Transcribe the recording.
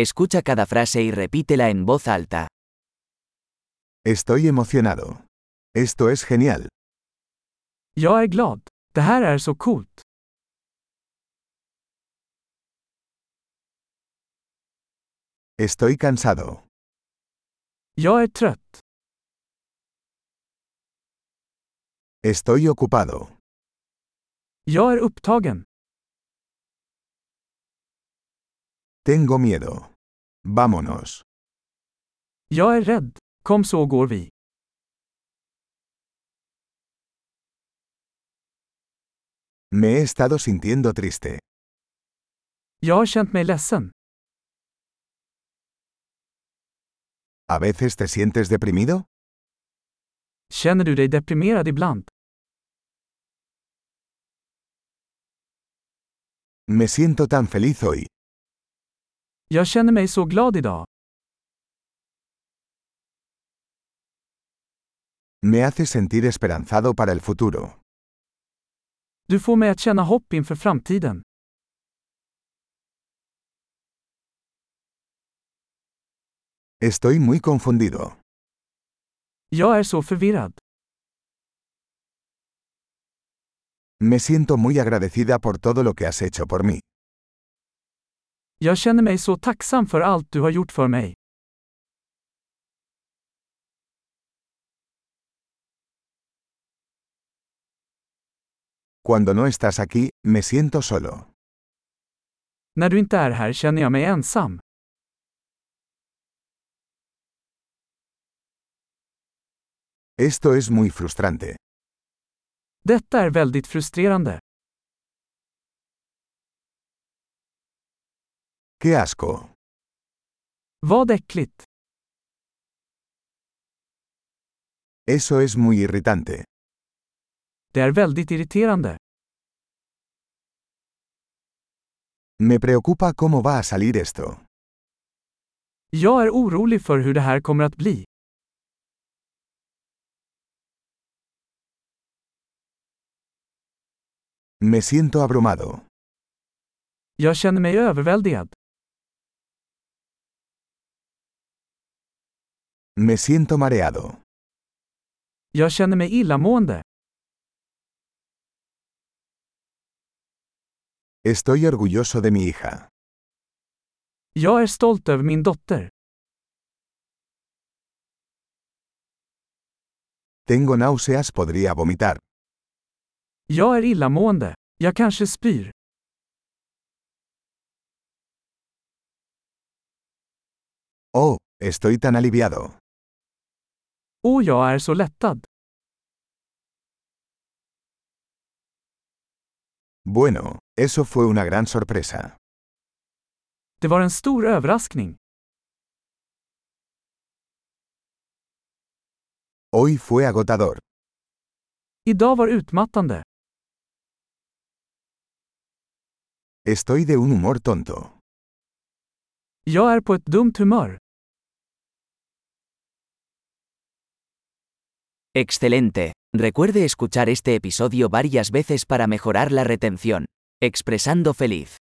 Escucha cada frase y repítela en voz alta. Estoy emocionado. Esto es genial. Jag är glad. Det här är så coolt. Estoy cansado. Jag är trött. Estoy ocupado. Jag är upptagen. Tengo miedo. Vámonos. Jag är rädd. Kom så går vi. Me he estado sintiendo triste. Jag har känt mig ledsen. ¿A veces te sientes deprimido? Känner du dig deprimerad ibland? Me siento tan feliz hoy. Jag känner mig så glad idag. Me hace sentir esperanzado para el futuro. Du får mig att känna hopp inför framtiden. Estoy muy confundido. Jag är så förvirrad. Me siento muy agradecida por todo lo que has hecho por mí. Jag känner mig så tacksam för allt du har gjort för mig. Cuando no estás aquí, me siento solo. När du inte är här känner jag mig ensam. Esto es muy frustrante. Detta är väldigt frustrerande. ¡Qué asco! Vad äckligt. Eso es muy irritante. Det är väldigt irriterande. Me preocupa cómo va a salir esto. Jag är orolig för hur det här kommer att bli. Me siento abrumado. Jag känner mig överväldigad. Me siento mareado. Jag känner mig illamående. Estoy orgulloso de mi hija. Jag är stolt över min dotter. Tengo náuseas, podría vomitar. Jag är illamående. Jag kanske spyr. Oh, estoy tan aliviado. Och jag är så lättad. Bueno, eso fue una gran sorpresa. Det var en stor överraskning. Hoy fue agotador. Idag var utmattande. Estoy de un humor tonto. Jag är på ett dumt humör. Excelente. Recuerde escuchar este episodio varias veces para mejorar la retención. Expresando feliz.